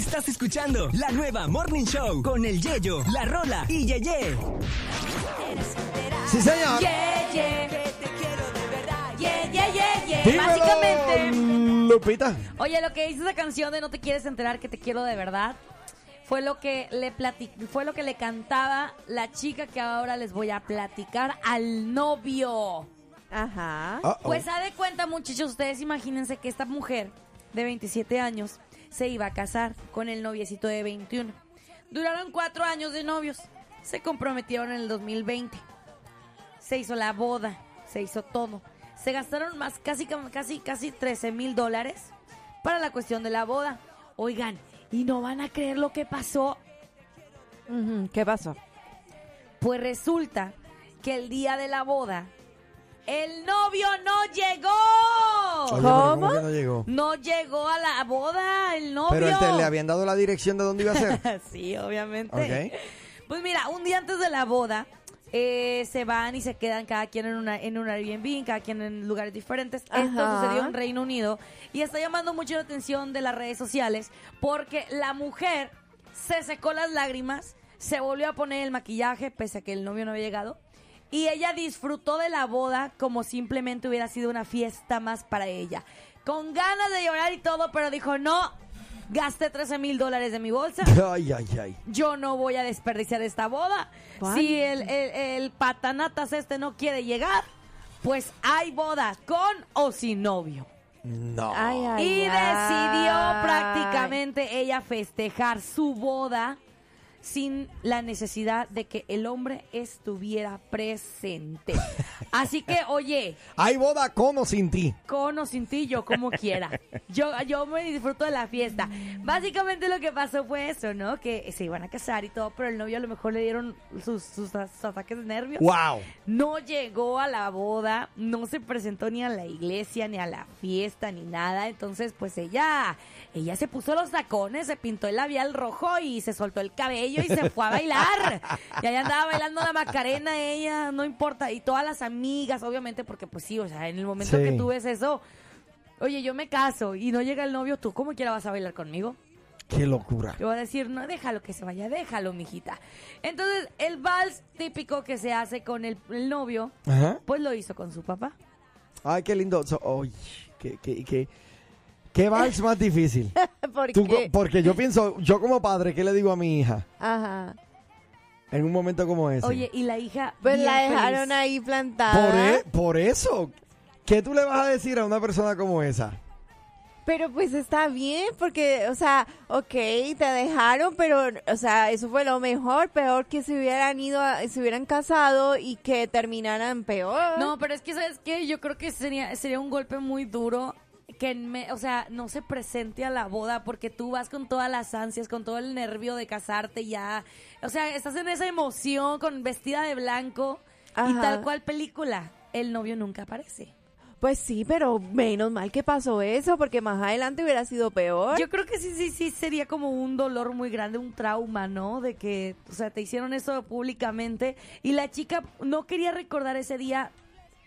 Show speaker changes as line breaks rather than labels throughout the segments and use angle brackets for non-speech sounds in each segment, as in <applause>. Estás escuchando la nueva Morning Show con el Yeyo, la Rola y Yeye.
Sí, señor.
Ye, ye. Ye, ye, ye, ye.
Dímelo,
Básicamente,
Lupita.
oye, lo que dice esa canción de No te quieres enterar que te quiero de verdad fue lo que le plati- fue lo que le cantaba la chica que ahora les voy a platicar al novio.
Ajá.
Uh-oh.
Pues ha de cuenta, muchachos, ustedes imagínense que esta mujer de 27 años se iba a casar con el noviecito de 21. Duraron cuatro años de novios. Se comprometieron en el 2020. Se hizo la boda, se hizo todo. Se gastaron más, casi, casi, casi 13 mil dólares para la cuestión de la boda. Oigan, y no van a creer lo que pasó.
Ujú, ¿Qué pasó?
Pues resulta que el día de la boda, el novio no llegó.
Oye, pero
¿Cómo?
que no llegó?
No llegó a la boda el novio.
Pero el te- le habían dado la dirección de dónde iba a
<laughs>
ser.
<laughs> sí, obviamente.
Ok.
Pues mira, un día antes de la boda eh, se van y se quedan cada quien en una en un Airbnb, cada quien en lugares diferentes. Esto
Ajá.
sucedió en Reino Unido y está llamando mucho la atención de las redes sociales porque la mujer se secó las lágrimas, se volvió a poner el maquillaje pese a que el novio no había llegado. Y ella disfrutó de la boda como simplemente hubiera sido una fiesta más para ella. Con ganas de llorar y todo, pero dijo, no, gasté 13 mil dólares de mi bolsa
Ay, ay, ay.
yo no voy a desperdiciar esta boda.
¿Cuál?
Si el, el- el patanatas este no quiere llegar, pues hay boda con o sin novio.
No.
Ay, ay,
y decidió
ay.
prácticamente ella festejar su boda sin la necesidad de que el hombre estuviera
<laughs>
presente. Así que, oye,
Hay boda con o sin ti.
con o sin ti, yo como quiera. Yo, yo me disfruto de la fiesta. Básicamente lo que pasó fue eso, ¿no? Que se iban a casar y todo, pero el novio a lo mejor le dieron sus, sus, a- sus ataques de nervios.
Wow.
No llegó a la boda, no se presentó ni a la iglesia, ni a la fiesta, ni nada. Entonces, pues ella, ella se puso los tacones, se pintó el labial rojo y se soltó el cabello y se fue a bailar. Y allá andaba bailando la Macarena ella, no importa. Y todas las amigas, obviamente, porque pues sí, o sea, en el momento
Sí.
que tú ves eso, oye, yo me caso y no llega el novio, ¿tú cómo quiera vas a bailar conmigo?
Qué locura.
Le voy a decir, no, déjalo que se vaya, déjalo, mijita. Entonces, el vals típico que se hace con el, el novio,
Ajá.
pues lo hizo con su papá.
Ay, qué lindo. So- ay, qué, qué, qué, qué vals más difícil.
<laughs> ¿Por
Tú
qué?
co- porque yo pienso, yo como padre, ¿qué le digo a mi hija
Ajá.
en un momento como ese?
Oye, y la hija.
Pues
bien
la
feliz.
dejaron ahí plantada.
por, e- por eso, ¿qué tú le vas a decir a una persona como esa?
Pero pues está bien, porque, o sea, ok, te dejaron, pero, o sea, eso fue lo mejor, peor que se hubieran ido, a- se hubieran casado y que terminaran peor.
No, pero es que, ¿sabes qué? Yo creo que sería, sería un golpe muy duro que, en me- o sea, no se presente a la boda porque tú vas con todas las ansias, con todo el nervio de casarte ya. O sea, estás en esa emoción con vestida de blanco y
Ajá.
tal cual película. El novio nunca aparece.
Pues sí, pero menos mal que pasó eso, porque más adelante hubiera sido peor.
Yo creo que sí, sí, sí, sería como un dolor muy grande, un trauma, ¿no? De que, o sea, te hicieron eso públicamente y la chica no quería recordar ese día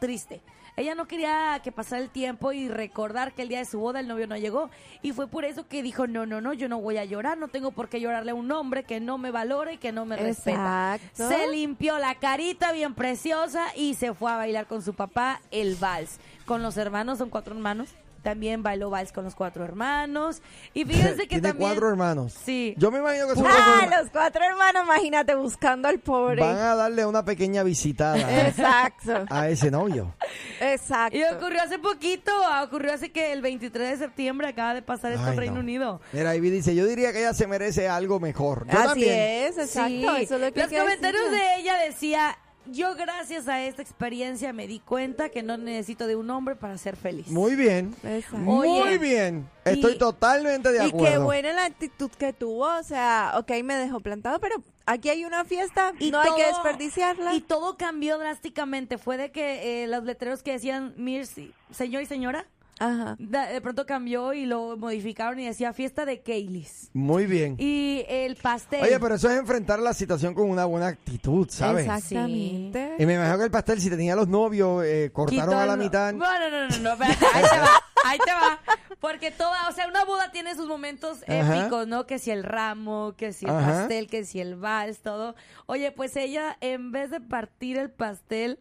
triste. Ella no quería que pasara el tiempo y recordar que el día de su boda el novio no llegó. Y fue por eso que dijo, no, no, no, yo no voy a llorar, no tengo por qué llorarle a un hombre que no me valora y que no me respeta.
Exacto.
Se limpió la carita bien preciosa y se fue a bailar con su papá el vals. Con los hermanos, son cuatro hermanos. También bailó vals con los cuatro hermanos.
<laughs>
Y fíjense que
Tiene
también...
cuatro hermanos.
Sí.
Yo me imagino que son
Ah,
cuatro
los cuatro hermanos, imagínate buscando al pobre.
Van a darle una pequeña
<laughs>
visitada <laughs>
Exacto,
a ese novio.
exacto.
Y ocurrió hace poquito, ocurrió hace que el 23 de septiembre acaba de pasar esto
Ay,
en Reino
no.
Unido.
Mira, Ivy dice, yo diría que ella se merece algo mejor. Yo
Así
también.
es, exacto.
Sí.
Eso es lo que hay
Los
que
comentarios
decirle.
de ella decía, yo gracias a esta experiencia me di cuenta que no necesito de un hombre para ser feliz.
Muy bien.
Exacto.
Muy
Oye,
bien. Estoy
y-
totalmente de
Y qué
acuerdo.
buena la actitud que tuvo, o sea, ok, me dejó plantado, pero aquí hay una fiesta, no hay que
todo-
desperdiciarla.
Y todo cambió drásticamente. Fue de que eh, los letreros que decían Mirsi, señor y señora,
Ajá.
Da- De pronto cambió y lo modificaron y decía fiesta de Keilis.
Muy bien.
Y el pastel.
Oye, pero eso es enfrentar la situación con una buena actitud, ¿sabes?
Exactamente.
<laughs>
Y me imagino que el pastel, si tenía los novios, eh, cortaron
Quito
a la
el-
mitad.
No, no, no, no,
<laughs>
no, espérate, ahí te va, ahí te va. Porque toda, o sea, una boda tiene sus momentos
Ajá.
épicos, ¿no? Que si el ramo, que si el
Ajá.
pastel, que si el vals, todo. Oye, pues ella, en vez de partir el pastel,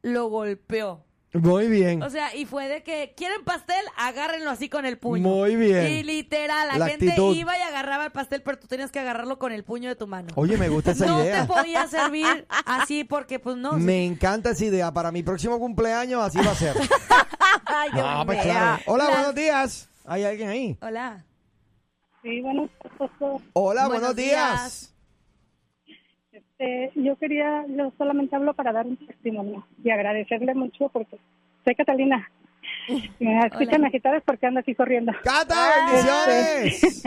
lo golpeó.
Muy bien.
O sea, y fue de que, ¿quieren pastel? Agárrenlo así con el puño.
Muy bien.
Y literal, la,
La
gente
actitud.
iba y agarraba el pastel, pero tú tenías que agarrarlo con el puño de tu mano.
Oye, me gusta esa
no
idea.
te podía servir así porque, pues, no.
Me encanta esa idea. Para mi próximo cumpleaños así va a
<laughs>
ser.
Ay, Dios
no, pues
mío.
claro. Hola,
La-
buenos días. ¿Hay alguien ahí?
Hola.
Sí, bueno, pues, pastor.
Hola,
Buenos
buenos, días.
Este, yo quería, yo solamente hablo para dar un testimonio y agradecerle mucho porque soy Catalina. Si Me escuchan
Hola.
agitar es porque ando aquí corriendo.
¡Cata, bendiciones!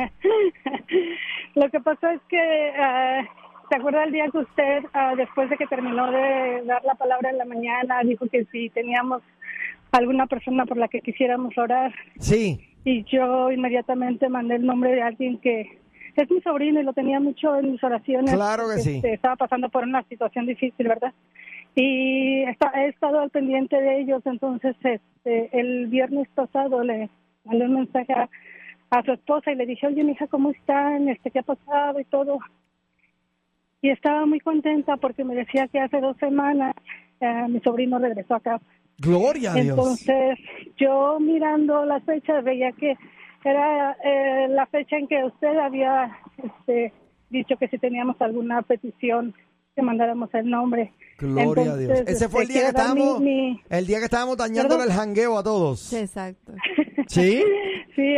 Lo que pasa es que, eh, ¿se acuerda el día que usted, ah, después de que terminó de dar la palabra en la mañana, dijo que si teníamos alguna persona por la que quisiéramos orar,
Sí,
y yo inmediatamente mandé el nombre de alguien que es mi sobrino y lo tenía mucho en mis oraciones.
Claro que sí.
Este, estaba pasando por una situación difícil, ¿verdad? Y está- he estado al pendiente de ellos, entonces este, el viernes pasado le mandé un mensaje a, a su esposa y le dije, oye, mi hija, ¿cómo están? Este, ¿Qué ha pasado? Y todo. Y estaba muy contenta porque me decía que hace dos semanas eh, mi sobrino regresó a casa.
gloria a Dios.
Entonces, yo mirando las fechas veía que era eh, la fecha en que usted había este, dicho que si teníamos alguna petición que mandáramos el nombre.
Gloria a Dios.
Entonces,
Ese fue el
este,
día que
quiero dar mi-
estábamos,
mi-
el día que estábamos dañándole el jangueo a todos.
Sí, exacto.
¿Sí?
sí,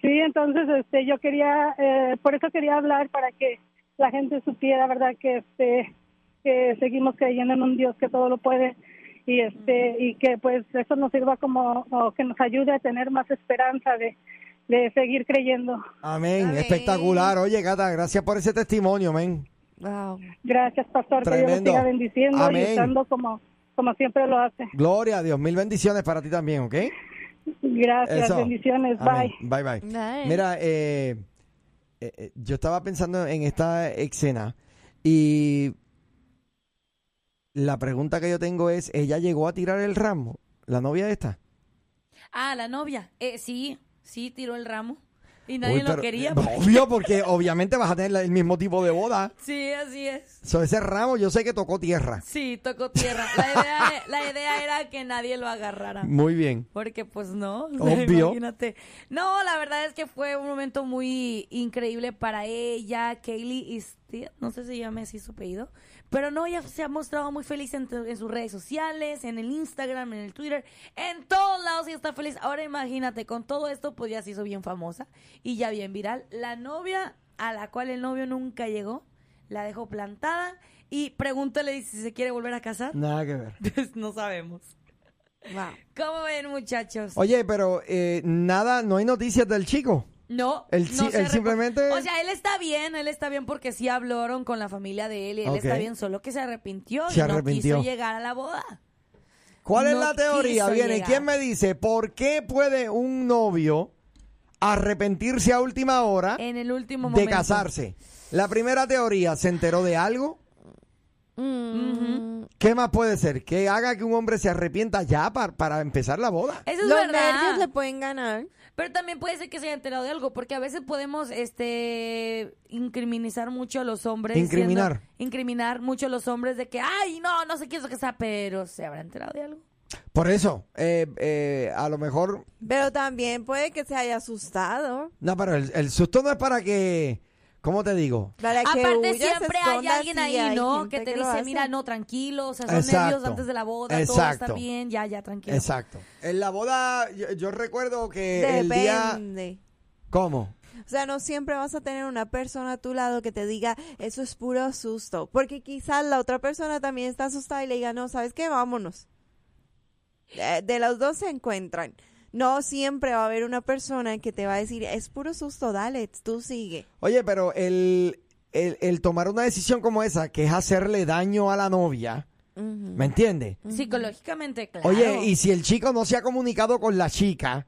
sí, entonces este, yo quería, eh, por eso quería hablar para que la gente supiera, ¿verdad? Que este, que seguimos creyendo en un Dios que todo lo puede y este y que pues eso nos sirva como o que nos ayude a tener más esperanza de, de seguir creyendo.
Amén.
Amén.
Espectacular. Oye, Cata, gracias por ese testimonio, amén.
Wow.
Gracias, pastor, que Dios
Tremendo.
nos siga bendiciendo
Amén.
y usando como como siempre lo hace.
Gloria a Dios. Mil bendiciones para ti también, ¿ok?
Gracias,
Eso.
bendiciones,
Amén. Bye,
bye.
bye.
Nice.
Mira, eh, eh, eh, yo estaba pensando en esta escena y la pregunta que yo tengo es, ¿ella llegó a tirar el ramo? ¿La novia esta?
Ah, la novia. Eh, sí, sí, tiró el ramo. Y nadie
Uy, pero-
lo
<laughs>
quería. pues.
Obvio, porque obviamente vas a tener la- el mismo tipo de boda.
Sí, así es.
So, ese ramo yo sé que tocó tierra.
Sí, tocó tierra. La idea, e- la idea era que nadie lo agarrara.
Muy bien.
Porque pues no, o sea,
Obvio.
imagínate. No, la verdad es que fue un momento muy increíble para ella, Kaylee Steele, no sé si llame así su apellido, pero no, ella se ha mostrado muy feliz en, tu- en sus redes sociales, en el Instagram, en el Twitter, en todos lados y está feliz. Ahora imagínate, con todo esto pues ya se hizo bien famosa y ya bien viral. La novia a la cual el novio nunca llegó, la dejó plantada y pregúntale si se quiere volver a casar.
Nada que ver.
<laughs> Pues, no sabemos.
Wow.
¿Cómo ven muchachos?
Oye, pero eh, nada, no hay noticias del chico.
No,
Él
no
sí-
se
él
recu-
simplemente-
O sea, él está bien, él está bien porque sí hablaron con la familia de él y él
Ok.
está bien, solo que se arrepintió
Se
y
arrepintió.
no quiso llegar a la boda.
¿Cuál es
No
la teoría?
quiso
Viene,
llegar.
¿quién me dice por qué puede un novio arrepentirse a última hora
En el último momento.
de casarse? La primera teoría, ¿se enteró de algo?
Mm.
¿Qué más puede ser? ¿Que haga que un hombre se arrepienta ya par- para empezar la boda?
Eso es
Los nervios
verdad.
le pueden ganar.
Pero también puede ser que se haya enterado de algo, porque a veces podemos este incriminizar mucho a los hombres.
Incriminar.
diciendo- incriminar mucho a los hombres de que, ay, no, no se quiso casar, pero se habrá enterado de algo.
Por eso, eh, eh, a lo mejor...
Pero también puede que se haya asustado.
No, pero el, el susto no es para que... ¿Cómo te digo?
Para que
Aparte
huya, se
siempre hay
esconda,
alguien
sí,
ahí,
hay
¿no?
gente
Que te
lo
dice,
hace.
mira, no, tranquilo, o sea, son
Exacto.
nervios antes de la boda, todo está
Exacto.
bien, ya, ya, tranquilo.
Exacto. En la boda, yo, yo recuerdo que Eh, el día...
Depende.
¿Cómo?
O sea, no siempre vas a tener una persona a tu lado que te diga, eso es puro susto. Porque quizás la otra persona también está asustada y le diga, no, ¿sabes qué? Vámonos. Eh, De, los dos se encuentran. No siempre va a haber una persona que te va a decir, es puro susto, dale, tú sigue.
Oye, pero el, el, el tomar una decisión como esa, que es hacerle daño a la novia,
Ujú.
¿Me entiendes?
Psicológicamente, claro.
Oye, y si el chico no se ha comunicado con la chica,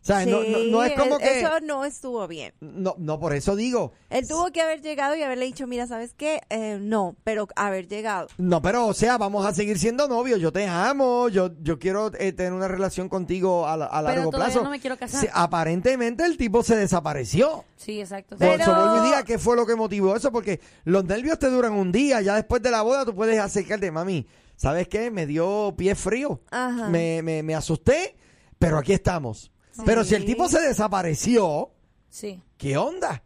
¿sabes? no, no- no es
Sí,
e,
como
él-
que...
Eso no estuvo bien.
No, no, por eso digo.
Él tuvo que haber llegado y haberle dicho, mira, ¿sabes qué? Eh, no, pero haber llegado.
No, pero o sea, vamos a seguir siendo novios. Yo te amo, yo, yo quiero eh, tener una relación contigo a, la- a
Pero
largo
todavía
plazo.
no me quiero casar.
Se- aparentemente el tipo se desapareció.
Sí, exacto.
Por
Pero-
eso vuelvo y diga qué fue lo que motivó eso, porque los nervios te duran un día, ya después de la boda tú puedes acercarte, mami, ¿sabes qué? Me dio pie frío,
Ajá.
me, me, me asusté, pero aquí estamos. Pero si el tipo se desapareció,
Sí.
¿qué onda?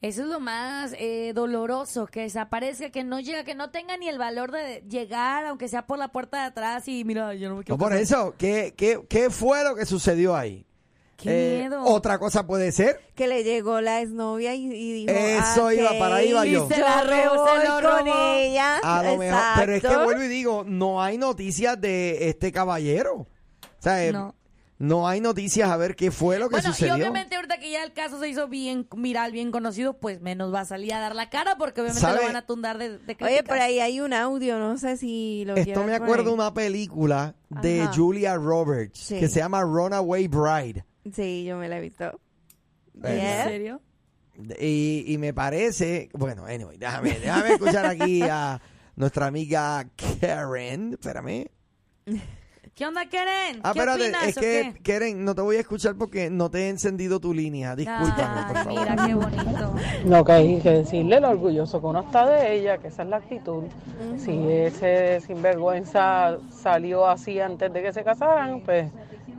Eso es lo más eh, doloroso, que desaparezca, que no llega, que no tenga ni el valor de llegar, aunque sea por la puerta de atrás y mira, yo no me
No,
quiero...
por
casar.
eso, ¿qué, qué, qué fue lo que sucedió ahí?
¡Qué
Eh,
miedo!
Otra cosa puede ser
Que le llegó la exnovia y, y dijo,
Eso
"Ah,
iba,
ok,
para ahí va
y
yo".
Se la
Yo me
robó
voy
con
con
ella.
Ah,
A lo mejor. Pero es que
Exacto.
vuelvo y digo, no hay noticias de este caballero. O sea, eh, no,
No.
hay noticias a ver qué fue lo que
Bueno,
sucedió.
y obviamente ahorita que ya el caso se hizo bien viral, bien conocido, pues menos va a salir a dar la cara porque obviamente
¿Sabe?
lo van a tundar de, de
Oye,
críticas.
por ahí hay un audio, no sé si lo
Esto
llevas
me
por
acuerdo
ahí.
una película de
Ajá.
Julia Roberts
Sí.
que se llama Runaway Bride.
Sí, yo me la he visto.
Eh,
¿En
Yeah.
serio?
Y, y me parece, bueno, anyway, déjame, déjame escuchar aquí a nuestra amiga Karen. Espérame.
¿Qué onda, Karen?
Ah,
¿Qué
espérate,
opinas
es
o
que
qué?
Karen, no te voy a escuchar porque no te he encendido tu línea. Discúlpame,
Ah,
por favor.
mira, qué bonito.
No, que hay que decirle lo orgulloso que uno está de ella, que esa es la actitud. Si ese sinvergüenza salió así antes de que se casaran, pues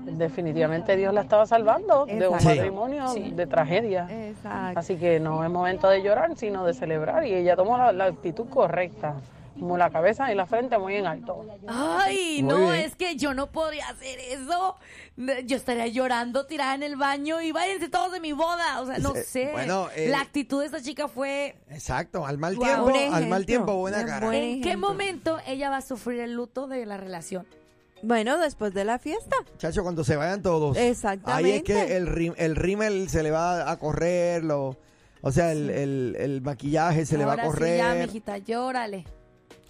definitivamente Dios la estaba salvando de un
Exacto.
Sí.
matrimonio de tragedia.
Exacto.
Así que no es momento de llorar, sino de celebrar. Y ella tomó la, la actitud correcta, como la cabeza y la frente muy en alto.
Ay,
Muy
no,
bien.
es que yo no podría hacer eso. Ne- Yo estaría llorando tirada en el baño y váyanse todos de mi boda. O sea, no
Eh,
sé.
bueno, eh,
La actitud de esta chica fue...
Exacto, al mal
Wow.
tiempo,
Buen
al mal
ejemplo,
tiempo, buena
buen-
cara.
buen-
¿En qué
ejemplo.
momento ella va a sufrir el luto de la relación?
Bueno, después de la fiesta.
Chacho, cuando se vayan todos.
Exactamente.
Ahí es que el, rim- el rímel se le va a correr, lo, o sea, el, el- el maquillaje se le va
Ahora
a
Sí, ya,
correr.
mijita, llórale.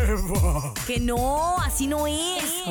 La Nueva.
Que no, así no es.